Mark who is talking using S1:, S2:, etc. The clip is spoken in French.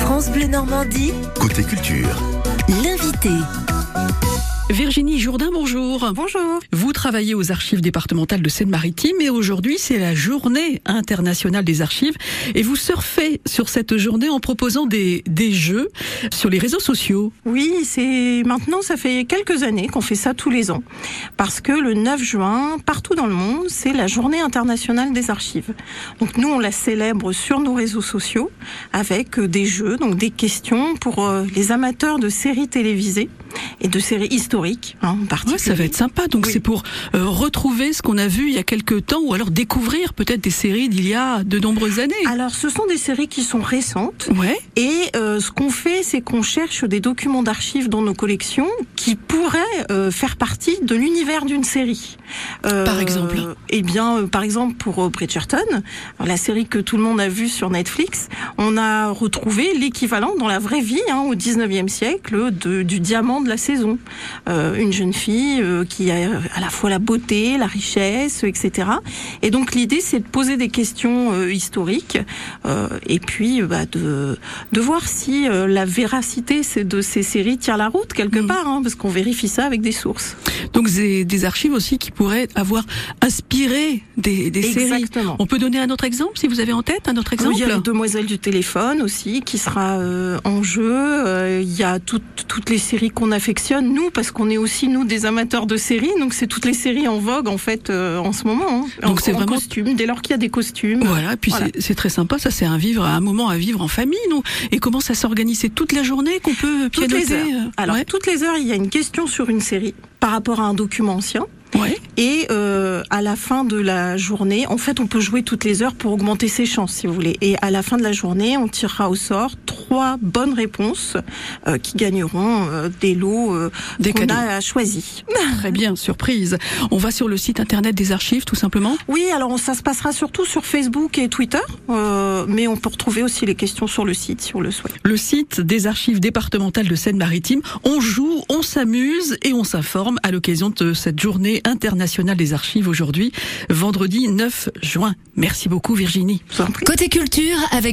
S1: France Bleu Normandie,
S2: Côté culture,
S1: l'invité.
S3: Virginie Jourdain, bonjour.
S4: Bonjour.
S3: Vous travaillez aux archives départementales de Seine-Maritime et aujourd'hui c'est la journée internationale des archives et vous surfez sur cette journée en proposant des, des jeux sur les réseaux sociaux.
S4: Oui, c'est maintenant, ça fait quelques années qu'on fait ça tous les ans. Parce que le 9 juin, partout dans le monde, c'est la journée internationale des archives. Donc nous, on la célèbre sur nos réseaux sociaux avec euh, des jeux, donc des questions pour euh, les amateurs de séries télévisées et de séries historiques hein, en
S3: Ouais, ça
S4: particulier.
S3: va être sympa. Donc
S4: Oui.
S3: c'est pour euh, retrouver ce qu'on a vu il y a quelques temps ou alors découvrir peut-être des séries d'il y a de nombreuses années.
S4: Alors, ce sont des séries qui sont récentes.
S3: Ouais.
S4: Et euh, ce qu'on fait, c'est qu'on cherche des documents d'archives dans nos collections qui pourraient euh, faire partie de l'univers d'une série. Euh,
S3: Par exemple
S4: Eh bien, euh, par exemple pour euh, Bridgerton, alors la série que tout le monde a vue sur Netflix, on a retrouvé l'équivalent dans la vraie vie hein, au 19e siècle de- du diamant de la saison. Euh, une jeune fille euh, qui a à la fois la beauté, la richesse, etc. Et donc l'idée, c'est de poser des questions euh, historiques euh, et puis euh, bah, de, de voir si euh, la véracité c'est- de ces séries tient la route quelque
S3: Mhm.
S4: part, hein, parce qu'on vérifie ça avec des sources.
S3: Donc c'est des archives aussi qui pourraient avoir inspiré des, des séries.
S4: Exactement.
S3: On peut donner un autre exemple si vous avez en tête un autre exemple.
S4: Il y a les demoiselles du téléphone aussi qui sera euh, en jeu. Euh, Il y a toutes toutes les séries qu'on affectionne nous parce qu'on est aussi nous des amateurs de séries. Donc c'est toutes les séries en vogue en fait euh, en ce moment. hein.
S3: Donc,
S4: En-
S3: c'est
S4: en
S3: vraiment-
S4: costume. Dès lors qu'il y a des costumes.
S3: Voilà, et puis
S4: Voilà.
S3: c'est- c'est très sympa, ça c'est un vivre, un moment à vivre en famille, non Et comment ça s'organise C'est toute la journée qu'on peut
S4: Toutes les
S3: pianoter euh,
S4: Alors
S3: ouais.
S4: toutes les heures il y a une question sur une série par rapport à un document ancien.
S3: ouais.
S4: Et euh, à la fin de la journée, en fait, on peut jouer toutes les heures pour augmenter ses chances, si vous voulez. Et à la fin de la journée, on tirera au sort trois bonnes réponses euh, qui gagneront euh, des lots euh,
S3: Des
S4: qu'on
S3: cadeaux.
S4: a choisis.
S3: Très bien, surprise. On va sur le site internet des archives, tout simplement.
S4: Oui, alors ça se passera surtout sur Facebook et Twitter, euh, mais on peut retrouver aussi les questions sur le site, si on le souhaite.
S3: Le site des archives départementales de Seine-Maritime. On joue, on s'amuse et on s'informe à l'occasion de cette journée internationale des archives aujourd'hui, vendredi 9 juin. Merci beaucoup Virginie.
S4: Je vous en prie.
S1: Côté culture avec